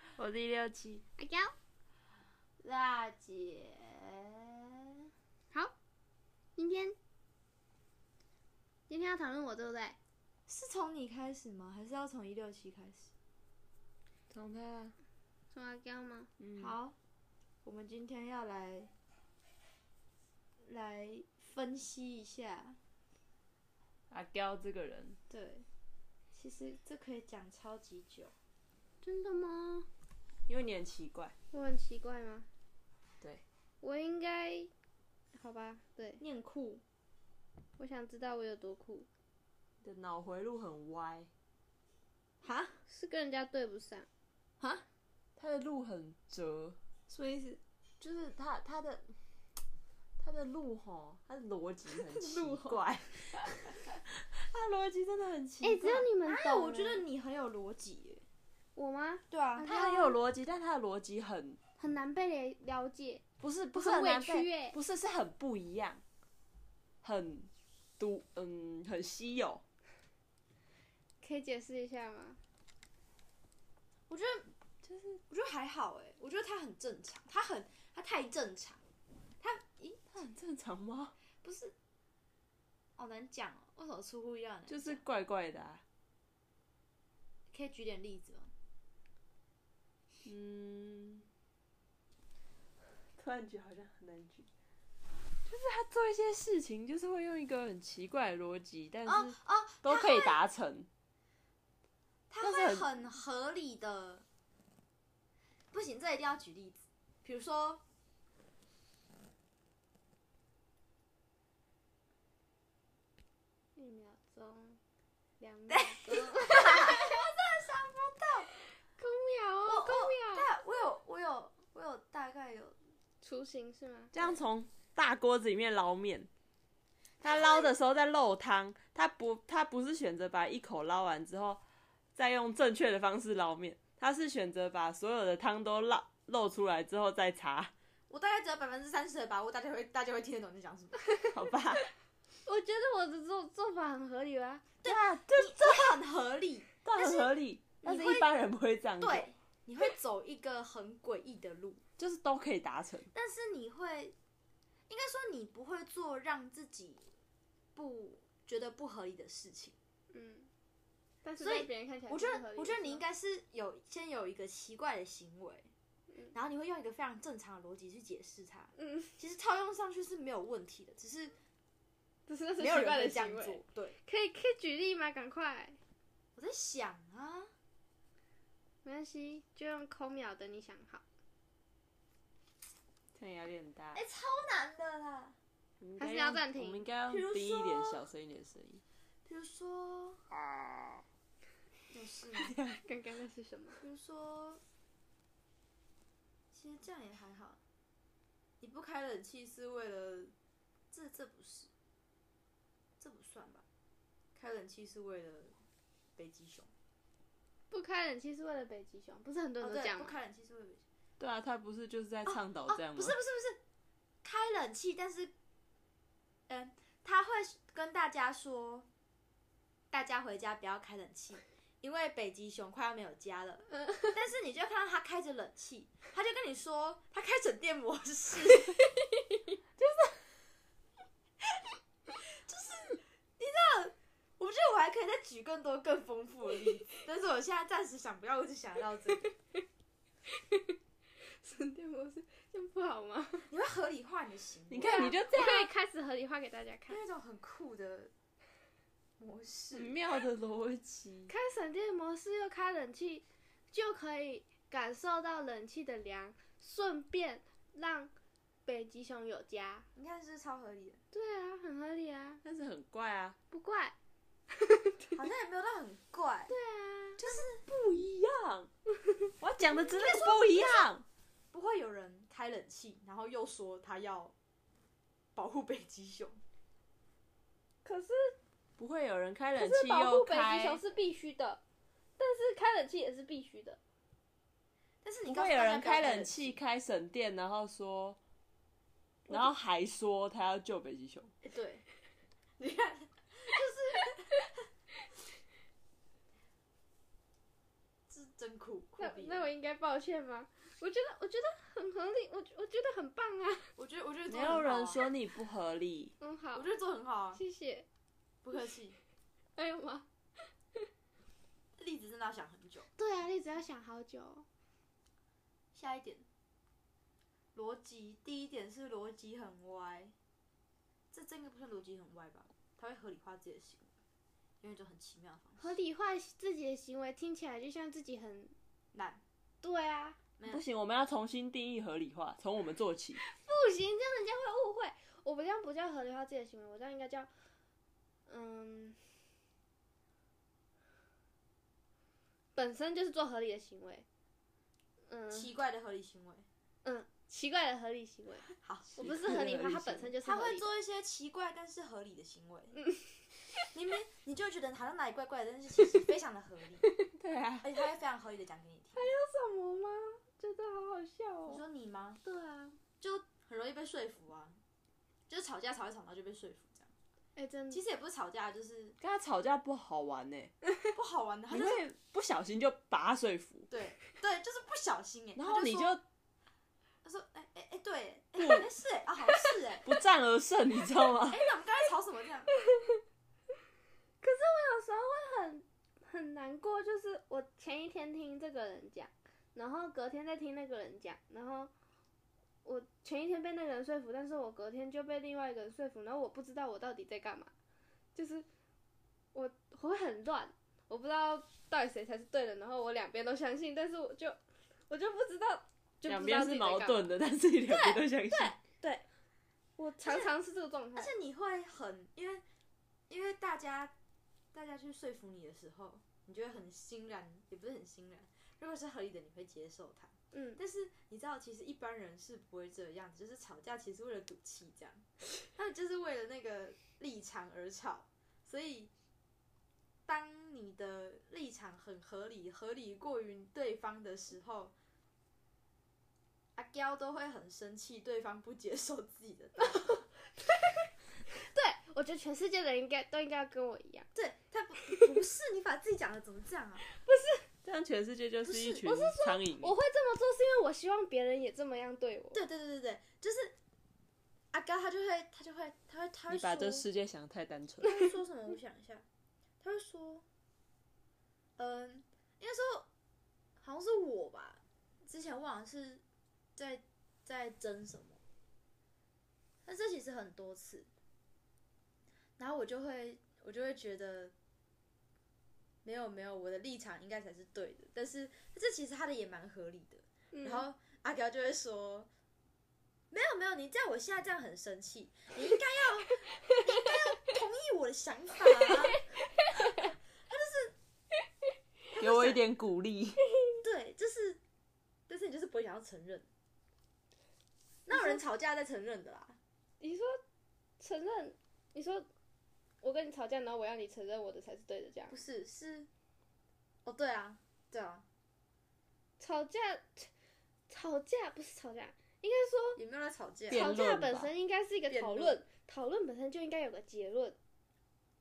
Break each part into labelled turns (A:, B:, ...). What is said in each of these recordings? A: 垃圾，
B: 阿娇，
C: 辣姐，
B: 好，今天今天要讨论我对不对？
C: 是从你开始吗？还是要从一六七开始？
A: 从他，
B: 说阿娇吗？
A: 嗯，
C: 好，我们今天要来来分析一下。
A: 阿刁这个人，
C: 对，其实这可以讲超级久。
B: 真的吗？
A: 因为你很奇怪，
B: 我很奇怪吗？
A: 对，
B: 我应该好吧？对，
C: 念酷，
B: 我想知道我有多酷，
A: 你的脑回路很歪，
C: 哈
B: 是跟人家对不上。
C: 哈，
A: 他的路很折，所以是就是他他的他的路吼，他的逻辑很奇
C: 路吼
A: 怪，他的逻辑真的很奇怪。
B: 哎、
A: 欸
B: 只有你们懂、欸
C: 啊，我觉得你很有逻辑耶。
B: 我吗？
C: 对啊，
A: 他很有逻辑，但他的逻辑很
B: 很难被了解。
A: 不是不
B: 是
A: 是很难
B: 委屈
A: 被，
B: 欸
A: 不是是很不一样，很独嗯很稀有。
B: 可以解释一下吗？
C: 我觉得就是，我觉得还好哎，我觉得他很正常，他很他太正常，他咦
A: 那很正常吗？
C: 不是，好难讲哦，为什么出乎意料呢？
A: 就是怪怪的、啊，
C: 可以举点例子吗？
A: 嗯，突然觉得好像很难举，就是他做一些事情，就是会用一个很奇怪的逻辑，但
C: 哦
A: 是
C: 哦，
A: 都可以达成。
C: 他
A: 但
C: 会
A: 是
C: 很合理的。不行，这一定要举例子，比如说，
B: 一秒钟，两秒钟，我真的想不到。公秒
C: 我
B: 哦，
C: 我
B: 公秒，
C: 但我有我有我有大概有，
B: 雏形是吗？
A: 这样从大锅子里面捞面，他捞的时候在漏汤，他不他不是选择把一口捞完之后，再用正确的方式捞面，他是选择把所有的汤都捞漏出来之后再 查，
C: 我大概只有百分之三十的把握，大家会大家会听得懂你在讲什么。
A: 好吧？
B: 我觉得我的做做法很合理吧？
A: 对啊，就
C: 这很合理，
A: 这很合理，但
C: 但
A: 是
C: 是
A: 一般人不会这样做，
C: 对，你会走一个很诡异的路，
A: 就是都可以达成。
C: 但是你会，应该说你不会做让自己不觉得不合理的事情。
B: 嗯，但是
C: 所以
B: 被别人看起来
C: 我觉
B: 不合
C: 得
B: 理，的
C: 我觉得你
B: 时候
C: 应该是有先有一个奇怪的行为
B: 嗯，
C: 然后你会用一个非常正常的逻辑去解释它。
B: 嗯，
C: 其实套用上去是没有问题的，只 是
B: 只是那是
C: 没有
B: 奇
C: 人
B: 怪
C: 会
B: 的
C: 这样
B: 行为
C: 做。对，
B: 可以可以举例吗？赶快，
C: 我在想啊，
B: 没关系，就用空秒的你想好，
A: 这样有点大，
C: 超难的啦。
A: 我们应
B: 还
A: 该
B: 是要
A: 用
B: 暂停
A: 我们应该要
C: 比如
A: 低一点、
C: 说
A: 小声一点的声音。
C: 比如说，
A: 哦
C: 就是吗？
B: 刚刚那是什么？
C: 比如说， 其实这样也还好。你不开冷气是为了，这这不是，这不算吧？开冷气是为了北极熊。
B: 不开冷气是为了北极熊，不是很多
C: 哦，
B: 人都这
C: 对，
B: 样
C: 不
B: 吗？
C: 开冷气是为了北极
A: 对啊，他不是就是在倡导哦这样吗？
C: 熊。哦不是不是不是，开冷气，但是，嗯，他会跟大家说，大家回家不要开冷气。因为北极熊快要没有 家了，但是你就看到他开着冷气，他就跟你说他开整电 模式，我觉得我还可以再举更多更丰富的例子，但是我现在暂时想不到，我只想到这个。
B: 省电模式这样不好吗？
C: 你会合理化你的行为，
A: 你看你就这
B: 啊
A: 样
B: 我可以开始合理化给大家看
C: 用。一种很酷的模式
A: 很。妙的逻辑，
B: 开省电模式又开冷气，就可以感受到冷气的凉，顺便让北极熊有家。
C: 你看是不是超合理的，
B: 对啊，很合理啊，
A: 但是很怪啊，
B: 不怪。
C: 好像也没有到很怪，
B: 对啊，
A: 不一 样。我要讲的真的不一样，
C: 不会有人开冷气，然后又说他要保护北极熊。
B: 可是
A: 不会有人开
B: 可
A: 冷气
B: 是保护
A: 又
B: 北极
A: 开
B: 熊，是必须的，但是开冷气也是必须的。
C: 但是
A: 不
C: 你告诉
A: 会有
C: 大家
A: 人
C: 不要开
A: 冷气
C: 气，
A: 开省电，然后说，
B: 我
A: 然后还说他要救北极熊，
C: 哎 对，你看，就是 这这真酷，酷
B: 那
C: 毙
B: 那我
C: 了！
B: 应该抱歉吗？我觉得我觉得很合理，我我觉得很棒啊。
C: 我觉得我觉得
A: 没
C: 做得
A: 有
C: 很好
A: 人
C: 啊，
A: 说你不合理，
B: 嗯，
C: 我
B: 好，
C: 觉得做得很好啊，
B: 谢谢。
C: 不客气。
B: 哎呦妈！
C: 例子真的要想很久。
B: 对啊，你只要想好久哦。
C: 下一点，逻辑第一点是逻辑很歪，这这应该不算逻辑很歪吧？他会合理化自己的行为，用一种很奇妙的方
B: 合
C: 式。
B: 理化自己的行为，听起来就像自己很
C: 懒，
B: 对啊，
C: 嗯
A: 不行，我们要重新定义合理化，从我们做 起。
B: 不行，这样人家会误会。我不这样不叫合理化自己的行为，我这样应该叫嗯，本身就是做合理的行为。嗯，
C: 奇怪的合理行为，
B: 嗯，奇怪的合理行为，
C: 好，
B: 我不是合理化，它本身就是
C: 他
B: 合
C: 会
B: 理嗯的。
C: 做一些奇怪但是合理的行为。 明明你就会觉得好像哪里怪怪的，但是其实非常的合 理，
A: 对啊，
C: 而且他会非常合理的讲给你
B: 哎
C: 听。
B: 什么吗？觉得好好笑哦
C: 你。说你吗？
B: 对啊，
C: 就很容易被说服啊，就是吵架吵一吵，然后就被说服这样。
B: 哎、真的
C: 其，实也不是吵架，就是
A: 跟他吵架不好玩欸呢、
C: 不好玩的，他
A: 你
C: 就是
A: 会不小心就把他说服，
C: 对对，就是不小心哎、
A: 然后你就
C: 他说他说哎哎哎对，哎、哎是哎、啊好是哎、
A: 不战而胜，你知道吗
C: 哎、？那我们刚才吵什么这样？
B: 有时候会很很难过，就是我前一天听这个人讲，然后隔天再听那个人讲，然后我前一天被那个人说服，但是我隔天就被另外一个人说服，然后我不知道我到底在干嘛，就是我我会很乱，我不知道到底谁才是对的，然后我两边都相信，但是我就我就不知道， 就
A: 两
B: 不知道
A: 边是
B: 自己在干嘛
A: 矛，盾的，但是你两边都相信。
B: 我常常是这个状态
C: 而，且你会很因为因为大家大家去说服你的时候，你就会很欣然，也不是很欣然。如果是合理的，你会接受它。
B: 嗯，
C: 但是你知道，其实一般人是不会这样子，就是吵架其实为了赌气这样， 他们就是为了那个立场而吵。所以，当你的立场很合理，合理过于对方的时候，阿娇都会很生气，对方不接受自己的道 理。
B: 对我觉得全世界的人应该都应该要跟我一样。
C: 对他不不是你把自己讲的怎么这样啊？
A: 这样全世界就是一群苍蝇。
B: 我会这么做是因为我希望别人也这么样对我。
C: 嗯对对对对对，就是阿娇她就会她就会她会她会
A: 你把这
C: 说
A: 世界想得太单 纯。
C: 他会说什么？我想一下，他会说，嗯，应该说好像是我吧，之前忘了是在在争什么，但这其实很多次，然后我就会我就会觉得。没有没有，我的立场应该才是对的，但是这其实他的也蛮合理的。
B: 嗯
C: 然后阿娇就会说：“没有没有，你这样我现在这样很生气，你应该要你应该要同意我的想法、 啊。
A: 给我一点鼓励。”
C: 对，就是，但是你就是不会想要承认，哪有人吵架再承认的啦？
B: 你说承认，你说我跟你吵架，然后我要你承认我的才是对的，这样
C: 不是是，哦对啊对啊，
B: 吵架，吵架不是吵架，应该
C: 也没有在吵架，啊
A: 辩
B: 说吵
A: 论
B: 架
A: 吧
B: 本身应该是一个
C: 辩
B: 讨
C: 论
B: 论，讨论本身就应该有个结论，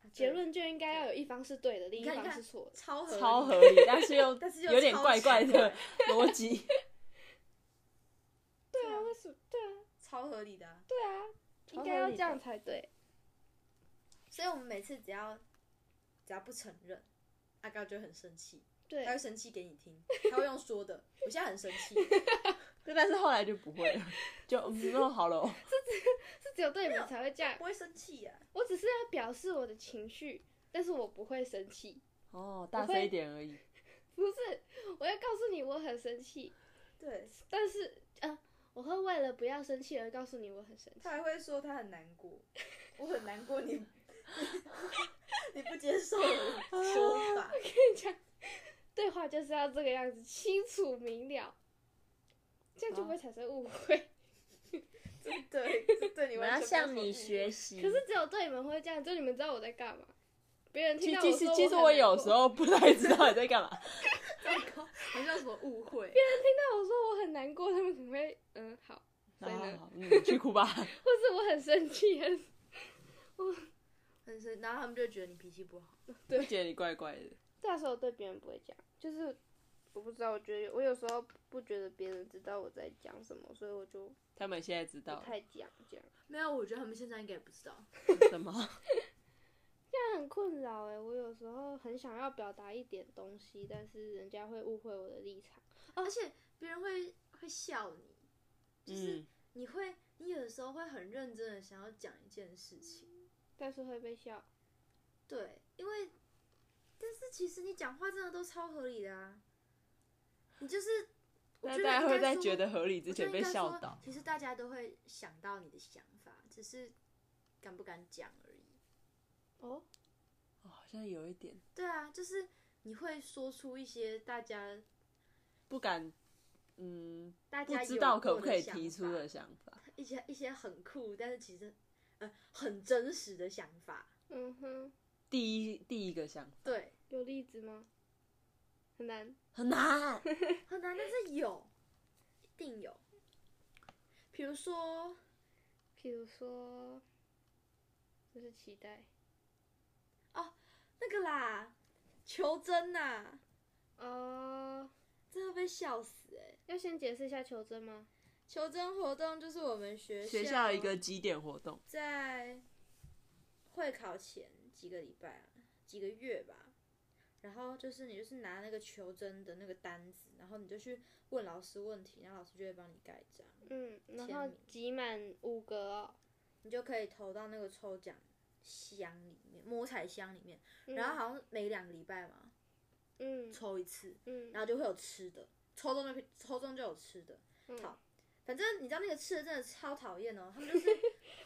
C: 对
B: 结论就应该要有一方是对的，另一
C: 看你
B: 方
C: 看
B: 是错的。
C: 超合
A: 超
C: 理
A: 合理，但是 又
C: 但是又
A: 有点
C: 超
A: 怪
C: 奇
A: 怪的
C: 怪
A: 逻辑。
B: 对
C: 对
B: 啊，
C: 啊
B: 为什么？对啊，
C: 超合理的、啊。
B: 对啊，
A: 超
B: 应
A: 合
B: 该要
A: 理
B: 这
A: 的
B: 样才对。
C: 所以我们每次只要只要不承认，阿高就会很生气，
B: 对
C: 他，会生气给你听， 他会用说的，我现在很生气。
A: 但是后来就不会了，就嗯，那好了哦。
B: 是只有对你才会这样。
C: 不会生气啊呀、
B: 我只是要表示我的情绪，但是我不会生气。
A: 哦，大
B: 我会
A: 声一点而已。
B: 不是，我要告诉你我很生气，
C: 对，
B: 但是呃，我会为了不要生气而告诉你我很生气
C: 他。还会说他很难过，我很难过你， 你不接受我的说法，
B: 对话就是要这个样子，清楚明了，这样就不会产生误
A: 啊
B: 会。
C: 对，这对你
A: 我
C: 完
A: 要
C: 全
A: 向
C: 没有
A: 你
C: 错
A: 学习。
B: 可是只有对你们会这样，就你们知道我在干嘛。别人
A: 其
B: 听到
A: 其
B: 我
A: 实
B: 说
A: 其实
B: 我
A: 我
B: 很难
A: 有
B: 过
A: 时，候不太知道你在干嘛。
C: 好像有什么误会，
B: 那我说我很难过，他们可能会嗯好，所以
A: 好
B: 呢，
A: 好好嗯，去哭 吧。
B: 或是我很生气，很
C: 很生，然后他们就觉得你脾气不好，
B: 啊
A: 就觉得你怪怪的。
B: 那时候对别人不会这样，就是我不知道，我觉得有我有时候不觉得别人知道我在讲什么，所以我就
A: 他们现在知
B: 不
A: 道
B: 太讲这样，
C: 没有，我觉得他们现在应该也不知道。
A: 什 么？
B: 但很困扰哎、我有时候很想要表达一点东西，但是人家会误会我的立场。
C: 而且别人会会笑你，就是
A: 嗯，
C: 你会，你有的时候会很认真的想要讲一件事情，
B: 但是会被笑。
C: 对，因为，但是其实你讲话真的都超合理的啊，你就是，我
A: 那
C: 觉得
A: 大家会
C: 应该
A: 在
C: 说
A: 觉得合理之前被
C: 我觉
A: 笑
C: 得应该说
A: 倒。
C: 其实大家都会想到你的想法，只是敢不敢讲而已。
B: 哦，
A: 哦，好像有一点
C: 对啊，就是你会说出一些大家
A: 不敢，嗯，
C: 大
A: 不
C: 家
A: 知
C: 有
A: 道
C: 过
A: 可不可以
C: 的
A: 提
C: 想
A: 出
C: 法
A: 的想法。
C: 一些一些很酷，但是其实呃很真实的想法。
B: 嗯哼，
A: 第一第一个想法
C: 对，
B: 有例子吗？很难。
A: 很难，
C: 很难，但是有，一定有。比如说，
B: 譬如说，就是期待。
C: 那个啦，求真呐、
B: 哦，
C: 真的被笑死哎、
B: 要先解释一下求真吗？
C: 求真活动就是我们学
A: 学校一个绩点活动，
C: 在会考前几个礼拜啊，几个月吧。然后就是你就是拿那个求真的那个单子，然后你就去问老师问题，然后老师就会帮你盖章，
B: 嗯，然
C: 签
B: 后
C: 名
B: 集满五个哦。
C: 你就可以投到那个抽奖箱里面，摸彩箱里面。
B: 嗯
C: 然后好像每两个礼拜嘛
B: 嗯
C: 抽一次，
B: 嗯，
C: 然后就会有吃的，抽中就抽中就有吃的。
B: 嗯
C: 好反正你知道那个吃的真的超讨厌哦，他们就是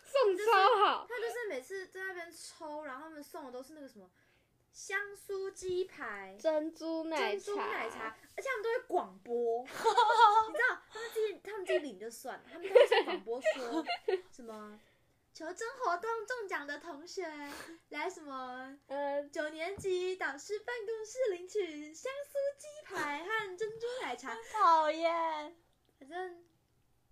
B: 送超好。
C: 他就是每次在那边抽，然后他们送的都是那个什么香酥鸡排、
B: 珍珠奶
C: 珍
B: 茶，
C: 珠奶茶，而且他们都会广播，你知道他们自己他们自己领就算了，他们都会在广播说什么求真活动中奖的同学来什么
B: 呃，
C: 九年级导师办公室领取香酥鸡排和珍珠奶茶。
A: 讨厌。
C: 反正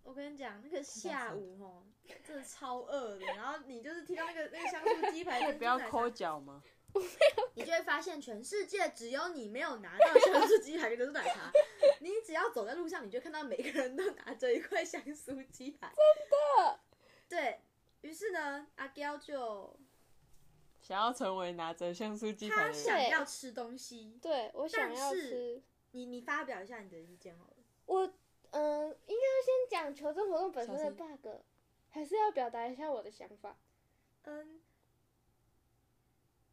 C: 我跟你讲，那个下午 哦，真的超饿的。然后你就是听到那个那 个香酥鸡排
A: 可
C: 珍
A: 以
C: 珠
A: 不要
C: 奶
A: 抠
C: 茶，
A: 脚吗？
C: 你就会发现全世界只有你没有拿到香酥鸡排跟珍珠奶茶。你只要走在路上，你就看到每个人都拿着一块香酥鸡排。真的。对于是呢，阿娇就
A: 想要成为拿着香酥鸡排
C: 他
A: 的人，
C: 想要吃东西，
B: 对我想要
C: 但是
B: 吃，
C: 你你发表一下你的意见好了。
B: 我嗯、应该先讲求证活动本身
A: 小
B: 的
A: 心
B: bug，还是要表达一下我的想法。
C: 嗯，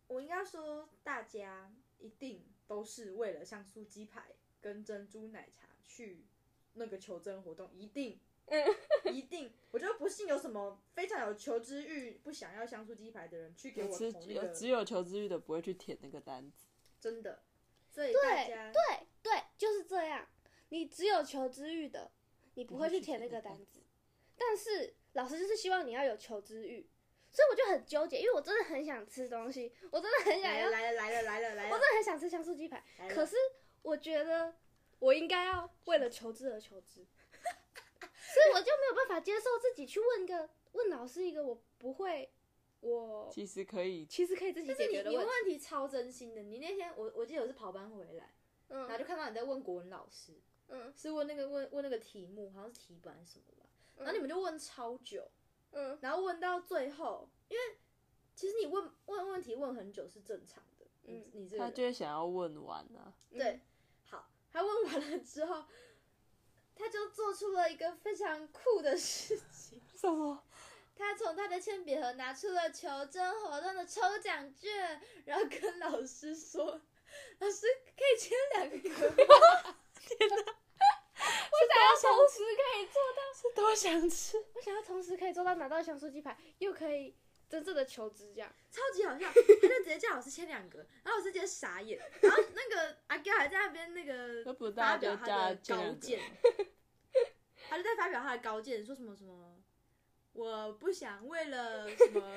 C: 我应该说，大家一定都是为了像酥鸡排跟珍珠奶茶去那个求真活动，一 定，一定，我就不信有什么非常有求知欲、不想要香酥鸡排的人去给我
A: 只
C: 同一
A: 有
C: 个，
A: 只有求知欲的不会去舔那个单子。
C: 真的，所以大
B: 对
C: 家
B: 对对，就是这样。你只有求知欲的，你不
A: 不
B: 会
A: 会
B: 去
A: 去
B: 填那
A: 填
B: 个
A: 那个单
B: 单子。但是老师就是希望你要有求知欲，所以我就很纠结，因为我真的很想吃东西，我真的很想
C: 来
B: 要，我
C: 了来了来了来了来了
B: 真的很想吃香酥鸡排。
C: 来了，
B: 可是我觉得我应该要为了求知而求知，所以我就没有办法接受自己去问一个问老师一个我不会，我
A: 其实可以，
B: 其实可以自己
C: 但是
B: 解
C: 你
B: 决的
C: 你
B: 问题。
C: 问题超真心的，你那天我我记得我是跑班回来，然后
B: 嗯
C: 就看到你在问国文老师，
B: 嗯
C: 是问那个问问那个题目，好像是题本还是什么吧，然后
A: 嗯
C: 你们就问超久，
B: 嗯
C: 然后问到最后，因为其实你问问问题问很久是正常的，
B: 嗯
C: 嗯，你这个
A: 他
C: 人
A: 就会想要问完啊。
C: 对，好，他问完了之后，他就做出了一个非常酷的事情，
A: 什么？
C: 他从他的铅笔盒拿出了求真活动的抽奖券，然后跟老师说。老师可以签两个，
B: 我想要同时可以做到，
A: 这多想吃。
B: 我想要同时可以做到拿到香酥鸡排，又可以真正的求知这样。
C: 超级好笑，他就直接叫老师签两个， 然后老师直接傻眼，然后那个阿娇还在那边那个
A: 那不大家
C: 发表
A: 就叫
C: 他
A: 他
C: 的
A: 见
C: 高
A: 两个
C: 见，他就在发表他的高见，说什么什么，我不想为了什么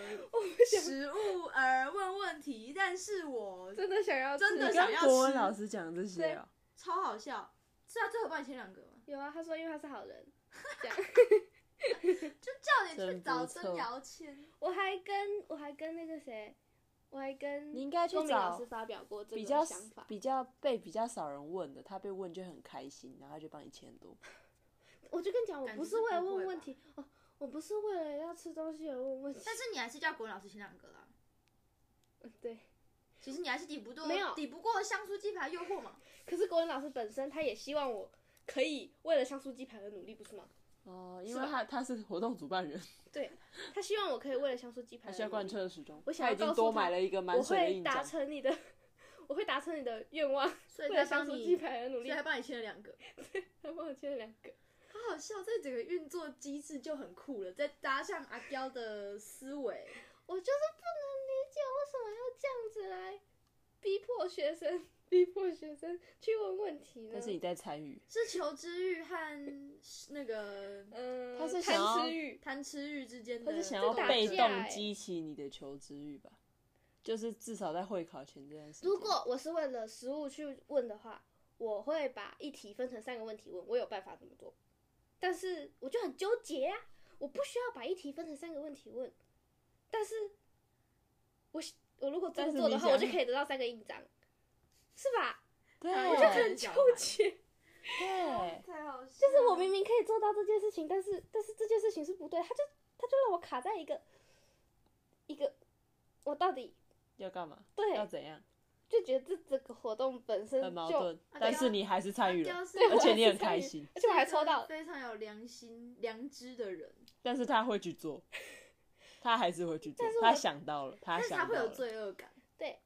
C: 食物而问问题，但是我
B: 真的想要吃，
C: 真的
A: 你
C: 想
A: 跟
C: 要
A: 国文
C: 吃
A: 老师讲这些啊？
C: 超好笑。是啊他最后帮你签两个吗？
B: 有啊，他说因为他是好人，这样。
C: 就叫你去
A: 真
C: 找
A: 不
C: 曾
A: 错
C: 瑶签，
B: 我还跟我还跟那个谁，我还跟
A: 你应该去
B: 公民老
A: 找
B: 师发表过这
A: 比
B: 个
A: 较
B: 想法，
A: 比较被比较少人问的，他被问就很开心，然后他就帮你签很多。
B: 我就跟你讲，我
C: 感觉
B: 不
C: 是
B: 为了
C: 不会
B: 问
C: 吧
B: 问题哦，我不是为了要吃东西而问问题，
C: 但是你还是叫国文老师前两个啦。
B: 嗯对。
C: 其实你还是抵不过，
B: 没有
C: 抵不过香酥鸡排诱惑嘛。
B: 可是国文老师本身他也希望我可以为了香酥鸡排而努力，不是吗？
A: 哦，因
B: 是
A: 为
B: 吧
A: 他他是活动主办人，
B: 他希望我可以为了香酥鸡排
A: 他
B: 而
A: 需要
B: 努
A: 贯
B: 力，
A: 彻始终。
B: 我想
A: 他
B: 要
A: 已经
B: 告诉
A: 多
B: 他
A: 买了一个
B: 我
A: 满水的
B: 会
A: 印
B: 达
A: 章。
B: 成你的， 我会达成你的愿望，
C: 所以
B: 为
C: 他
B: 了香
C: 帮
B: 酥
C: 你
B: 鸡，排而努
C: 所以
B: 力。
C: 他帮你签了两个，
B: 他帮我签了两个，
C: 好好笑。这整个运作机制就很酷了，再搭上阿娇的思维，
B: 我就是不能理解为什么要这样子来逼迫学生， 逼迫学生去问问题呢？
A: 但是你在参与，
C: 是求知欲和那个
B: 嗯，
A: 他是想
B: 贪
A: 要
B: 吃欲，
C: 贪吃欲之间的，
A: 他是想要
B: 打
A: 被
B: 架
A: 动
B: 欸
A: 激起你的求知欲吧？就是至少在会考前这件事情。
B: 如果我是为了食物去问的话，我会把一题分成三个问题问，我有办法这么做。但是我就很纠结啊，我不需要把一题分成三个问题问，但是我喜我如果这
A: 但
B: 么
A: 是
B: 做的
A: 你
B: 话，我
A: 想
B: 就可以得到三个印章，是吧？
A: 对，啊
C: 我就很
B: 纠
C: 小
B: 结，
A: 对，
C: 太好笑。
B: 就是我明明可以做到这件事情，但是但是这件事情是不对，他就他就让我卡在一个一个我到底
A: 要干嘛？
B: 对
A: 要怎样？
B: 就觉得这整个活动本身
A: 很矛
B: 就
A: 盾，
C: 啊
A: 但
C: 对啊
A: 是你还是参与
C: 阿
A: 了，
C: 娇是
B: 对
A: 而且
B: 我
A: 你
B: 还
A: 很
B: 是参
A: 开
B: 与
A: 心。
B: 而且我还抽到了，
C: 非常有良心、良知的人，
A: 但是他会去做，他还是会去做
B: 但是。我
A: 他想到了，他
C: 但是他
A: 想
C: 会
A: 到
C: 有
A: 了，
C: 罪恶感。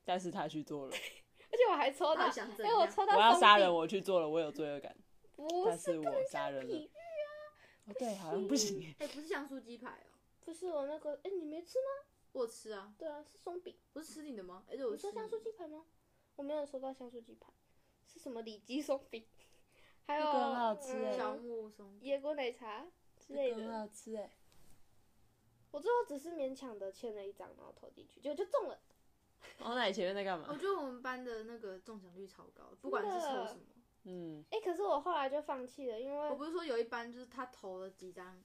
A: 但是他去做了。
B: 而且我还抽到
C: 他，想怎
B: 哎、我
C: 样？
B: 抽到
A: 我要杀
B: 松
A: 人，
B: 饼，
A: 我去做了，我有罪恶感，
B: 不
A: 但
B: 是
A: 是我杀人了
B: 比。
A: 哦，对，好像不行。
C: 哎，不是香酥鸡排哦，
B: 不是我那个，哎、你没吃吗？
C: 我吃啊，
B: 对啊，是松饼。
C: 不是吃你的吗？而且
B: 你
C: 我吃
B: 说
C: 你的
B: 香酥鸡排吗？我没有收到香酥鸡排，是什么里脊松饼， 还有
A: 那个很好吃哎
C: 小
B: 嗯、
C: 木松
B: 椰果奶茶之类的。
A: 吃哎，
B: 我最后只是勉强的签了一张，然后投进去，结果就中了。
A: 哦，那你前面在干
C: 我
A: 嘛？
C: 觉得我们班的那个中奖率超高，不管是抽什么。
A: 嗯，
B: 哎、可是我后来就放弃了，因
C: 我
B: 为
C: 不是说有一班就是他投了几张，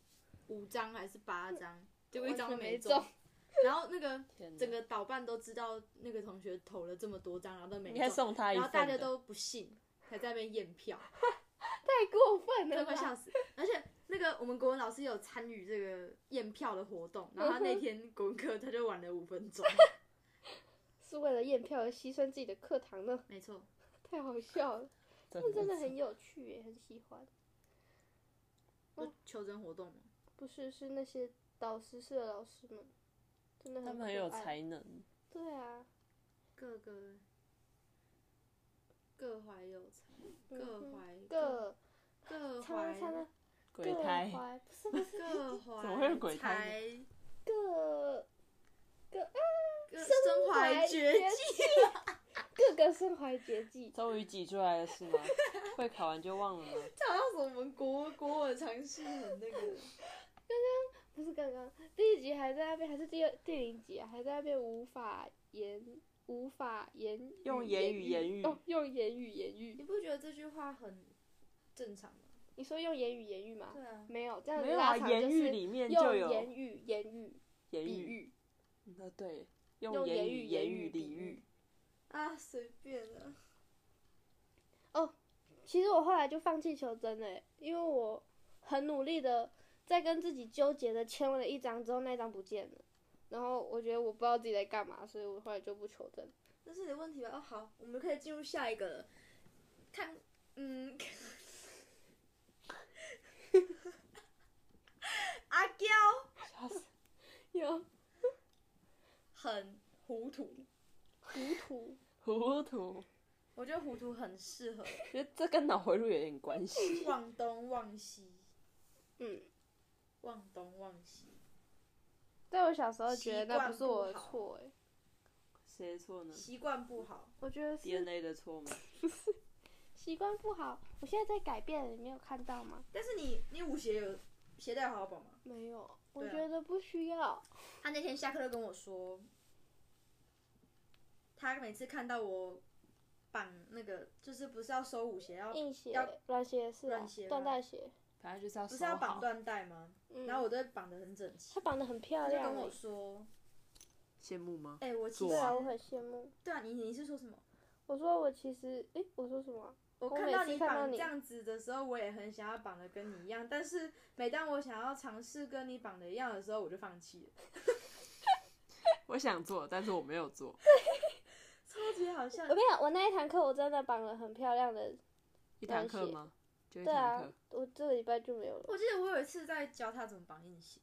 C: 五张还是八张，结果一张
B: 完
C: 都
B: 全
C: 没
B: 没
C: 中。 然后那个
A: 天哪
C: 整个导办都知道那个同学投了这么多张，然后都没
A: 你还
C: 中，
A: 送他一
C: 然后
A: 份
C: 大家
A: 的
C: 都不信，还在那边验票，
B: 太过分
C: 真
B: 了
C: 的
B: 吧，
C: 快笑死。而且那个我们国文老师有参与这个验票的活动，然后他那天国文课他就晚了五分钟，
B: 是为了验票而牺牲自己的课堂呢，
C: 没错，
B: 太好 笑了，
A: 这
B: 这真的
A: 很
B: 很有趣耶，很喜欢。
C: 就求真活动嘛。
B: 不是，是那些导师室的老师们，真的
A: 他们
B: 可
A: 很有
B: 爱。
A: 才能，
B: 对啊，
C: 各个各怀有才，
B: 嗯
C: 各
B: 哼
C: 怀
B: 各
C: 各
B: 他们
C: 怀
B: 他们
A: 鬼胎
B: 各，怀不是不是
C: 各怀
A: 怎么会有鬼胎
C: 才
B: 各
C: 各身 怀绝
B: 怀
C: 技，
B: 各个身怀绝技，
A: 终于挤出来了是吗？会考完就忘了吗？
C: 这好像是我们国国文常识很那 个。
B: 不是刚刚第一集还在那边，还是第二第零集啊，还在那边无法言无法言语
A: 用言语言
B: 喻
A: 语
B: 哦，用言语言
C: 你
B: 语，
C: 不觉得这句话很正常吗？
B: 你说用言语言语吗？
C: 对啊，
B: 没有，这样
A: 没
B: 子
A: 有啊，
B: 拉长就
A: 言语
B: 是
A: 里面就
B: 用
A: 有
B: 言语言语
A: 言
B: 比
A: 语，
B: 喻，
A: 那对，
B: 用
A: 用
B: 言
A: 言
B: 语
A: 语
B: 言
A: 言
B: 语
A: 语
B: 比
A: 比喻，
C: 啊，随便啊。
B: 其实我后来就放弃求真了耶，因为我很努力的在跟自己纠结的签了一张之后，那张不见了。然后我觉得我不知道自己在干嘛，所以我后来就不求真。
C: 这是你的问题吧？哦，好，我们可以进入下一个了。看，嗯，阿娇
A: 吓死！
B: 有
C: 很糊涂，
B: 糊涂，
A: 糊涂，
C: 我觉得糊涂很适合
A: 觉得这跟脑回路有点关 系。
C: 忘东忘西，
B: 嗯，
C: 忘东忘西。
B: 但我小时候觉得那是我的
C: 习惯
B: 错，哎，
A: 谁的错呢
C: 习惯不好，
B: 我觉得是
A: ？DNA 的错吗？
B: 习惯不好。我现在在改变，你没有看到吗？
C: 但是你你舞鞋有鞋带有好好绑吗？
B: 没有，我
C: 对啊
B: 觉得不需要。
C: 他那天下课就跟我说，他每次看到我绑那个，就是不是要收舞鞋，要
B: 硬鞋
C: 哦要、
B: 软鞋是啊
C: 软鞋吗
B: 缎带鞋，
A: 反正就是要
C: 不
A: 不
C: 是要绑缎带吗？
B: 嗯
C: 然后我都会绑得很整齐
B: 它。绑得很漂
C: 他就
B: 亮
C: 跟我
B: 欸，
C: 说，
A: 羡慕吗？
C: 哎、我其实
A: 做啊
B: 我很羡慕。
C: 对啊，你你是说什么？
B: 我说我其实，诶，我说什么啊、
C: 我
B: 我
C: 看
B: 每
C: 到
B: 次
C: 你
B: 看到
C: 绑
B: 你
C: 这样子的时候，我也很想要绑的跟你一样，但是每当我想要尝试跟你绑的一样的时候，我就放弃了，
A: 我想做，但是我没有 做，
C: 超级好笑
B: 我。跟你讲，我那一堂课我真的绑了很漂亮的，
A: 一堂课吗？就一
B: 对
A: 堂
B: 啊
A: 课。，
B: 我这个礼拜就没有了，
C: 我记得我有一次在教他怎么绑硬鞋，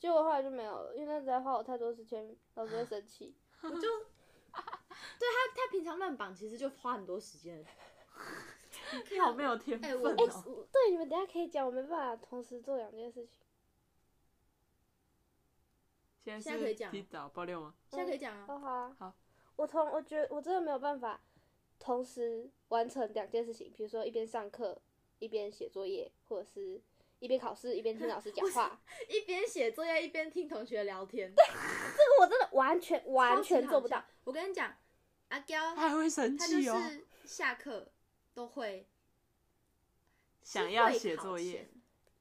B: 结果后来就没有了，因为那实在花我太多时间，老师会生气。
C: 我就 对他他平常乱绑，其实就花很多时间。
A: 你好没有天
C: 哎
A: 分
C: 我
A: 哦、
C: 哦
B: 我对，你们等一下可以讲，我没办法同时做两件事情。
A: 现
C: 现在可
A: 是
C: 以讲
A: 提早爆料吗？
C: 现在可以讲啊，
B: 哦，好啊。
A: 好。
B: 我从我觉得我真的没有办法同时完成两件事情，比如说一边上课一边写作业，或者是一边考试一边听老师讲 话。
C: 一边写作业一边听同学聊天，
B: 这个我真的完全完全做不
C: 超
B: 到
C: 级好。笑。我跟你讲，阿娇
A: 他还会生
C: 他就
A: 气哦、
C: 是下课都会
A: 想要写作业，，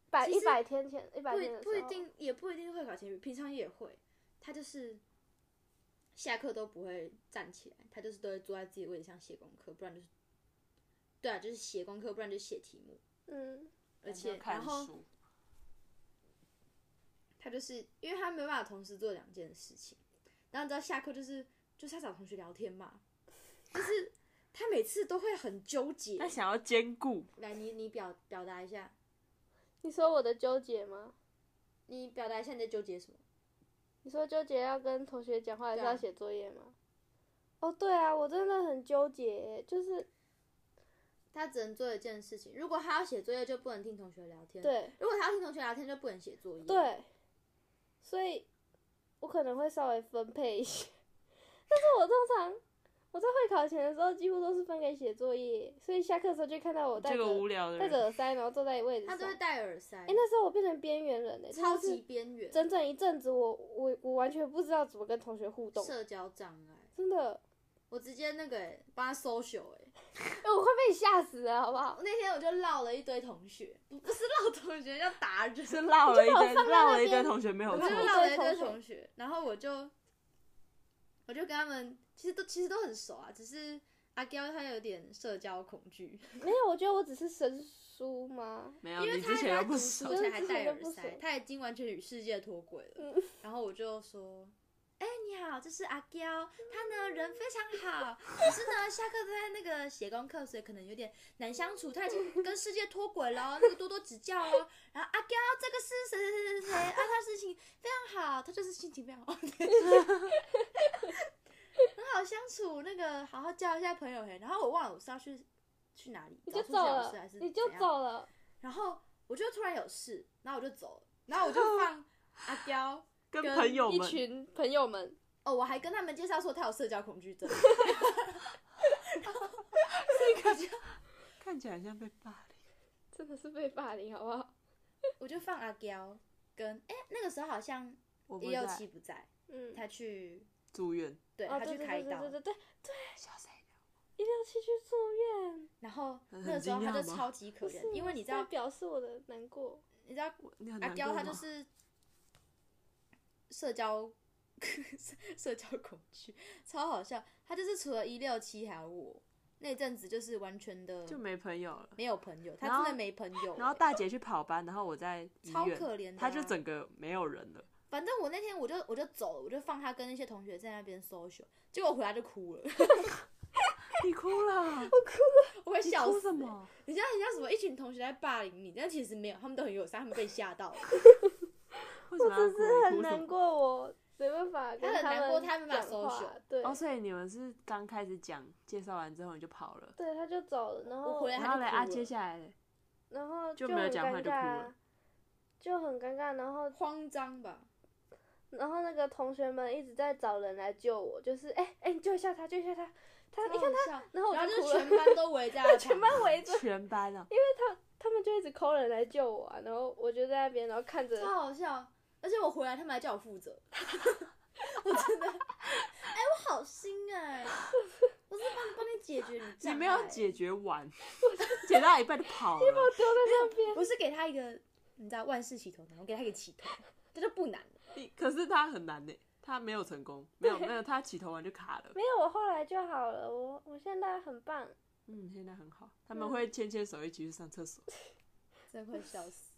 B: 百
C: 其实
B: 一百天前一百
C: 不
B: 天
C: 一
B: 的时
C: 不
B: 候，
C: 一定，也不一定会考前，平常也会。他就是下课都不会站起来，他就是都会坐在自己位置上写功课，不然就是对啊，就是写功课，不然就写题目。
B: 嗯，
A: 想
C: 而且，
A: 要
C: 然
A: 看
C: 后
A: 书，
C: 他就是因为他没有办法同时做两件事情，然后你知道下课就是就是他找同学聊天嘛，就是他每次都会很纠结。
A: 但想要兼顾，
C: 来，你你表表达一下，
B: 你说我的纠结吗？
C: 你表达一下你在纠结什么？
B: 你说纠结要跟同学讲话还是
C: 对啊
B: 要写作业吗？哦，对啊，我真的很纠结，就是
C: 他只能做一件事情，如果他要写作业，就不能听同学聊天。
B: 对
C: 如果他要听同学聊天，就不能写作业。，
B: 对，所以我可能会稍微分配一些， 但是我通常我在会考前的时候几乎都是分给写作业，所以下课的时候就看到我戴
A: 这
B: 着
A: 个无聊的
B: 戴着
A: 人，
B: 耳塞，然后坐在位置
C: 他
B: 上。
C: 都会
B: 哎、
C: 戴耳塞，
B: 那时候我变成边缘人了、真的
C: 超
B: 是
C: 级边缘，
B: 整整一阵子我，我我完全不知道怎么跟同学互动，
C: 社交障碍。
B: 真的，
C: 我直接那个、欸、帮他 social 哎、
B: 哎、我会被吓死啊，好不好？
C: 那天我就唠了一堆同学，不不是唠同学，要打人，
A: 是绕了一
B: 我
A: 堆，
B: 放在
A: 绕
B: 那
A: 了一堆
B: 边
A: 同学没有
C: 我
A: 错
C: 就
B: 我，
C: 唠了一堆
B: 一堆
C: 同学，然后我就我就跟他们其实都其实都很熟啊，只是阿娇她有点社交恐惧，
B: 没有，我觉得我只是神疏吗？
A: 没有，
C: 因为
A: 你
C: 她
A: 之前
C: 还
A: 又
C: 在
A: 不
C: 读
A: 熟
C: 书，而且还
B: 真的之前
C: 戴
B: 都
C: 耳
B: 不
C: 塞
B: 熟，
C: 她已经完全与世界脱轨了。
B: 嗯
C: 然后我就说。哎、你好，这是阿娇，她呢人非常 好，可是呢下课都在那个写功课，所以可能有点难相处。她已经跟世界脱轨了哦，那个多多指教哦。然后阿娇这个是谁谁谁谁谁，啊，她事情非常好，她就是心情非常好， 很好相处。那个好好交一下朋友嘿。然后我忘了我是要去去哪里，
B: 你就
C: 找数
B: 走
C: 学老师
B: 了
C: 还是，
B: 你就
C: 怎样
B: 走了，
C: 然后我就突然有事，然后我就走了，然后我就 放阿娇。
A: 跟
C: 跟
A: 朋友
B: 一
A: 们
B: 群朋友们，
C: 哦，我还跟他们介绍说他有社交恐惧 症，
A: 看起来像被霸凌，
B: 真的是被霸凌，好不好？
C: 我就放阿娇跟哎、那个时候好像
A: 我不
C: 一六
A: 在
C: 七不在，
B: 嗯，
C: 他去
A: 住院，
C: 对、
B: 哦，
C: 他
B: 对
C: 去
B: 对
C: 开
B: 对对
C: 刀
B: 对，对对，
A: 小声一点
B: 一定要去去住院，
C: 然后
A: 很
C: 那个时候
A: 惊
C: 他
A: 讶
C: 就
A: 吗
C: 超级可
B: 不是
C: 怜，因为你知道
B: 在表示我的难过，
C: 你知道
A: 我你很
C: 阿
A: 难
C: 娇
A: 过
C: 她
A: 吗？
C: 啊就是社交 社交恐惧，超好笑。她就是除了一六七还有我那阵子，就是完全的
A: 就没朋友了。
C: 没有朋友，
A: 然
C: 她
A: 后
C: 真的没朋友欸、
A: 然后大姐去跑班，然后我在医
C: 超
A: 院，
C: 可怜的啊、
A: 她就整个没有人了。
C: 反正我那天我就我就走了，我就放他跟那些同学在那边 social，结果我回来就哭了，
A: 你哭了，
C: 我会
A: 你
C: 笑
A: 哭
C: 死、
A: 什？么？
C: 你知道人家什么一群同学在霸凌你，但其实没有，他们都很友善，他们被吓到了，
A: 为什
B: 我
A: 么要
B: 只
A: 哭？
B: 是
A: 你哭什
B: 很难
A: 么？
B: 过，我没办法跟
C: 他很难过他
B: 们
C: 没办法
B: 讲话
C: social
B: 对
A: 哦，所以你们是刚开始讲介绍完之后你就跑了，
B: 对，他就走了，然
C: 我
B: 后
C: 回来对
A: 然
C: 他
A: 后
C: 就
A: 嘞
C: 哭
A: 啊，
C: 了
A: 接下来嘞
B: 然后
A: 就
B: 很
A: 没有讲话
B: 尴
A: 就
B: 尬
A: 哭
B: 啊
A: 了，
B: 就很尴尬，然后
C: 慌张吧？
B: 然后那个同学们一直在找人来救我，就是哎哎、你救一下他，救一下他，他你看，
C: 看他，
B: 然 后我
C: 然后
B: 就
C: 就
B: 哭
C: 是
B: 了，
C: 全班都围在他
B: 全
C: 旁
B: 班
C: 边
B: 围着，
A: 全班啊，
B: 他们就一直抠人来救我啊，然后我就在那边，然后 看着，
C: 超好笑。而且我回来，他们还叫我负责，我真的，哎、我好心哎、我是帮帮你解决你障碍，
A: 你没有解决完， 解到一半就跑了，
B: 丢在那边，
C: 我是给他一个，你知道万事起头难，我给他一个起头，这就不难了。
A: 你可是他很难呢，他没有成功，没有没有，他起头丸就卡了。
B: 没有，我后来就好了，我我现在很棒。
A: 嗯，现在很好，他们
C: 嗯
A: 会牵牵手一起去上厕所。
C: 真会笑 死。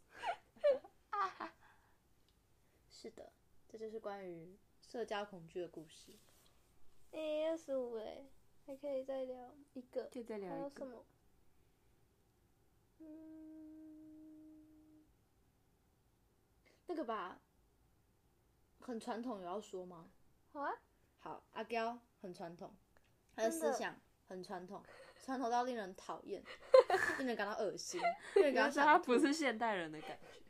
C: 是的，这就是关于社交恐惧的故事。
B: 诶、二十五诶，还可以再聊一个，
A: 可以再聊
B: 还
A: 一
B: 有
A: 个
B: 什么？嗯，
C: 那个吧，很传统，有要说吗？
B: 好啊，
C: 好，阿娇很传统，他的
B: 真
C: 思
B: 的
C: 想很传统，传统到令人讨 厌，令人感到恶心，令人
A: 你要
C: 感到
A: 说
C: 想
A: 他不
C: 吐
A: 是现代人的感觉。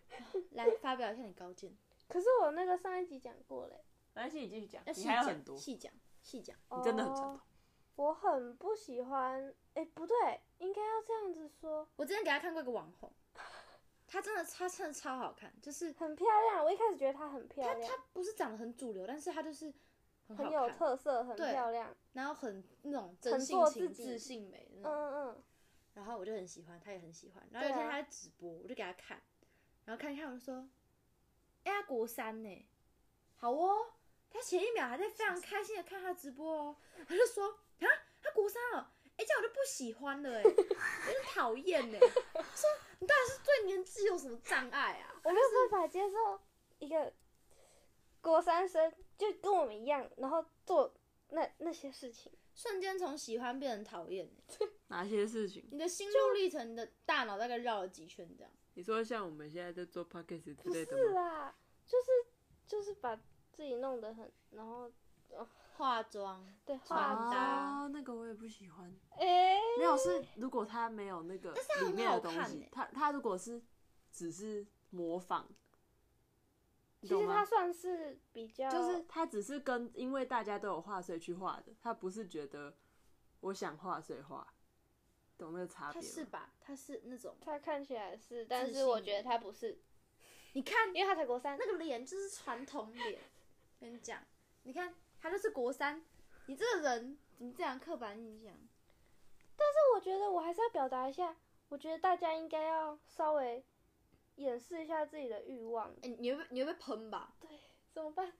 C: 来发表一下你高见，
B: 可是我那个上一集讲过嘞，
A: 没关系，你继续讲，
C: 要
A: 你
C: 细
A: 还有
C: 讲，
A: 很多，
C: 细讲，细讲。
A: 你真的很传
B: 哦
A: 统。
B: 我很不喜欢，诶、不对，应该要这样子说，
C: 我之前给他看过一个网 红，她真的她真的超好看，就是
B: 很漂亮。我一开始觉得她很漂
C: 她
B: 亮，
C: 她不是长得很主流，但是她就是很好
B: 啊很有
C: 看，
B: 特色，很
C: 对
B: 漂亮。
C: 然后很那种真
B: 很
C: 性
B: 做
C: 情、
B: 自己
C: 自信美的那种。
B: 嗯嗯，
C: 然后我就很喜欢，他也很喜欢。然后有一
B: 对啊
C: 天他在直播，我就给他看，然后看一看，我就说：“哎、他国三呢，好哦。”他前一秒还在非常开心的看他直 播哦，他就说：“啊，他国三哦，哎、这样我就不喜 欢了，哎，有点讨厌呢。”我说：“你到底是对年纪有什么障碍啊
B: 我没有办法接受一个国三生就跟我们一样，然后做那那些事情。？”
C: 瞬间从喜欢变成讨厌欸，
A: 哪些事情？
C: 你的心路历程，你的大脑大概绕了几圈这样。
A: 你说像我们现在在做 podcast 之
B: 不
A: 类的
B: 是啊
A: 吗？
B: 啦，就是就是把自己弄得很，然后
C: 化妆，
B: 对
C: 穿
B: 画
C: 搭
A: 啊，那个我也不喜欢。
B: 诶、
A: 没有是，如果他没有那个
C: 它
A: 里
C: 很
A: 面
C: 好
A: 的东
C: 看
A: 西
C: 欸，
A: 他他如果是只是模仿，你
B: 其
A: 懂
B: 实
A: 吗
B: 他？算是比较
A: 就是他只是跟因为大家都有画，所以去画的，他不是觉得我想画所以画，懂那个差
C: 他
A: 别
C: 是
A: 吗？
C: 吧？他是那种，
B: 他看起来是，但
C: 自
B: 是我
C: 信
B: 觉得他不是，
C: 你看
B: 因为他才国三。
C: 那个脸就是传统脸。跟你讲，你看他就是国三，你这个人怎么这样刻板印象？
B: 我觉得我还是要表达一下，我觉得大家应该要稍微掩饰一下自己的欲望。
C: 哎、你会被你会被喷吧？
B: 怎么办？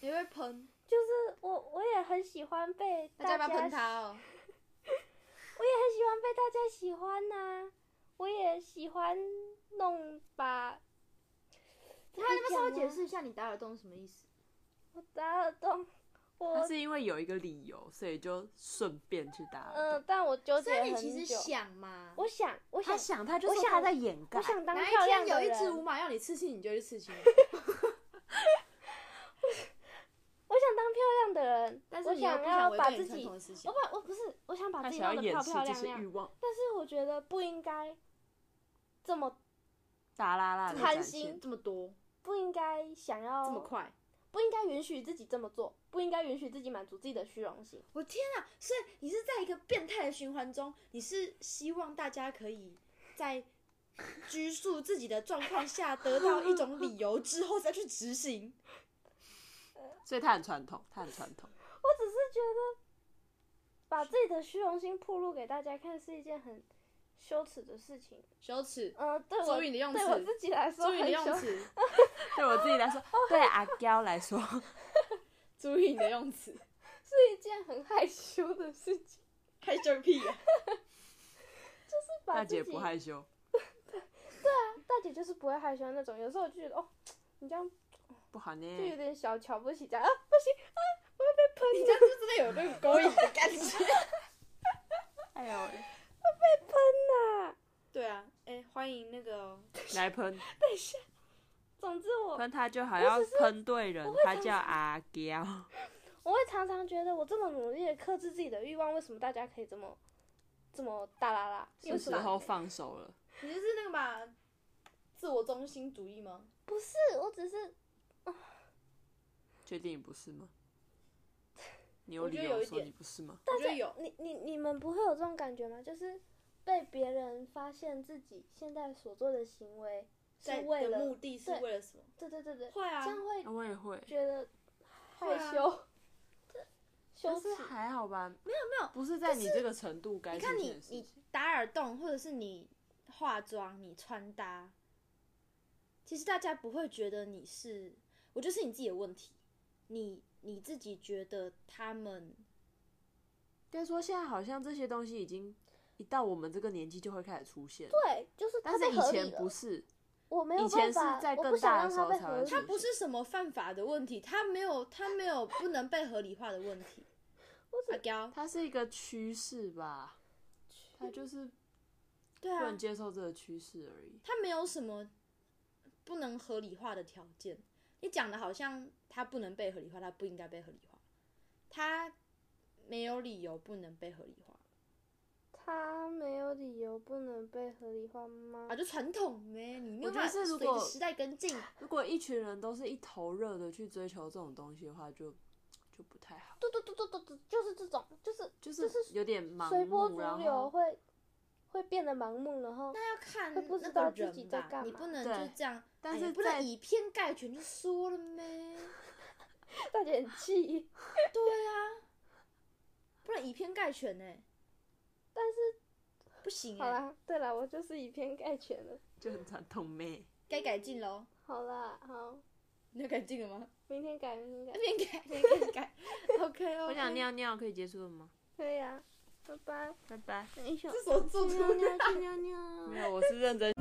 C: 你会被喷，
B: 就是我我也很喜欢被
C: 大家
B: 家
C: 不要喷
B: 喜
C: 他哦。
B: 我也很喜欢被大家喜欢呐、我也喜欢弄把。
C: 他要不要稍微解
B: 讲吗啊
C: 释一下你打耳洞是什么意思？
B: 我打耳洞，我
A: 他是因为有一个理由，所以就顺便去打
B: 嗯、
A: 耳洞。
B: 但我纠
C: 所
B: 结很
C: 以你
B: 久。啊
C: 其实想嘛，
B: 我想，我
A: 他
B: 想，
A: 想，他就
B: 我
A: 说
B: 想
A: 他在掩盖
B: 我。想当
C: 哪一
B: 漂亮
C: 天
B: 的
C: 有
B: 人。
C: 一只无马要你刺青，你就去刺青。
B: 我想当漂亮的人，
C: 但是
B: 我
C: 你又
B: 想
C: 不
B: 要
C: 违
B: 把
C: 背
B: 自己，
C: 你传统
B: 我
C: 的思想。
B: 把我不是，我想把
A: 他
B: 自己
A: 想要
B: 弄得
A: 掩
B: 漂
A: 饰
B: 漂
A: 这
B: 亮
A: 些欲
B: 亮，
A: 望，
B: 但是我觉得不应该这么，
A: 大啦啦的
B: 贪
A: 展
B: 心
A: 现。
C: 这么多，
B: 不应该想要
C: 这么快，
B: 不应该允许自己这么做，不应该允许自己满足自己的虚荣心。
C: 我天啊！所以你是在一个变态的循环中，你是希望大家可以在拘束自己的状况下，得到一种理由之后再去执行。
A: 所以他很传统，他很传统。
B: 我只是觉得把自己的虚荣心暴露给大家看是一件很羞耻的事情。
C: 羞耻，
B: 呃，对我
C: 注意你的用
B: 对我
C: 词
B: 自己来说
C: 注意你的
B: 很
C: 用
B: 羞耻。
C: 词，
A: 对我自己来说，对阿娇来说，
C: 注意你的用 词，
B: 是一件很害羞的事情。
C: 害羞屁 呀、
B: 是把
A: 大
B: 自己
A: 姐不害羞。
B: 大姐就是不会害羞的那种。有时候我就觉得哦，你这样
A: 不好呢，
B: 就有点小瞧不起，这样啊不行啊，我会被喷
C: 你
B: 的
C: 这样就真的有那种勾引的感觉。
A: 哎呦，
B: 呐、
C: 对啊，哎、欢迎那个哦、
A: 来喷
B: 总之我
A: 喷他就好，要喷对人，他叫阿娇，
B: 我会常常觉得我这么努力的克制自己的欲望，为什么大家可以这么这么大啦啦？
A: 是
B: 有
A: 时
B: 什么
A: 候放手了。
C: 你就是那个嘛，自我中心主义吗？
B: 不是，我只是
A: 确定你不是吗？你有
C: 我觉
A: 理
C: 得
A: 由
C: 有一
A: 说
C: 点
A: 你不是吗？
C: 我觉得有，
B: 你你你们不会有这种感觉吗？就是被别人发现自己现在所做的行为是
C: 在
B: 为
C: 的
B: 了
C: 目的是
B: 对
C: 为了什么？
B: 对对对对，
C: 会啊
B: 这，样会
A: 啊我也会，
B: 觉得害
C: 啊
B: 羞， 羞
A: 但
B: 耻
A: 是。还好吧，没有没
C: 有，
A: 不是在你这个程度该
C: 你
A: 出
C: 看
A: 现
C: 你
A: 的事
C: 你
A: 情。
C: 打耳洞，或者是你化妆、你穿搭，其实大家不会觉得你是，我觉得是你自己的问题。你你自己觉得他们
A: 该说现在好像这些东西已经一到我们这个年纪就会开始出现，
D: 对，就是
A: 但
D: 它
A: 是
D: 被
A: 以
D: 合
A: 前
D: 理
A: 不
D: 了。
A: 是，
D: 我没
A: 以
D: 有
A: 前
D: 办
A: 是
D: 法
A: 在，
D: 我
A: 更
D: 不想
A: 大的
D: 让
A: 时
D: 它
A: 候
D: 被
A: 才
D: 合
A: 会
D: 理。
A: 出
C: 他不是什么犯法的问题，他没有他没有不能被合理化的问题。阿娇，
A: 它是一个趋势吧，它就是
C: 对
A: 不
C: 啊
A: 能，接受这个趋势而已。
C: 他没有什么不能合理化的条件。你讲的好像他不能被合理化，他不应该被合理化，他没有理由不能被合理化
B: 他没有理由不能被合理化吗
C: 啊！？就传统呗，你没有
A: 我觉得
C: 办法
A: 是如
C: 随
A: 果
C: 着时代跟进。
A: 如果一群人都是一头热的去追求这种东西的话，就就不太好，
D: 对对对对对对，就是这种，就是
A: 就是有点盲
B: 随波
A: 目，
B: 逐
A: 然
B: 流
A: 后
B: 会会变得盲目，然后
C: 那要看
B: 会
C: 那
B: 不
C: 个
B: 知道自己
C: 人
B: 在
C: 吧
B: 干，
C: 你
B: 嘛
C: 不能
A: 对
C: 就这样，
A: 但
C: 哎呀
A: 是
C: 不
A: 在
C: 能以偏概全，就说了没。
B: 大家很 气。
C: 对啊，不能以偏概全呢、欸
B: 但是
C: 不行
B: 好
C: 哎、
B: 啦，对啦，我就是以偏概全了。
A: 就很传统妹。
C: 该改进喽。
B: 好啦，好，
C: 你要改进了吗？
B: 明天改，明天改，
C: 边改边改改。OK 哦。
A: 我想 尿尿，可以结束了吗？
B: 可以啊，拜拜。
A: 拜拜。
B: 等一下，
C: 手做
B: 去尿尿，去尿尿。
A: 没有，我是认真。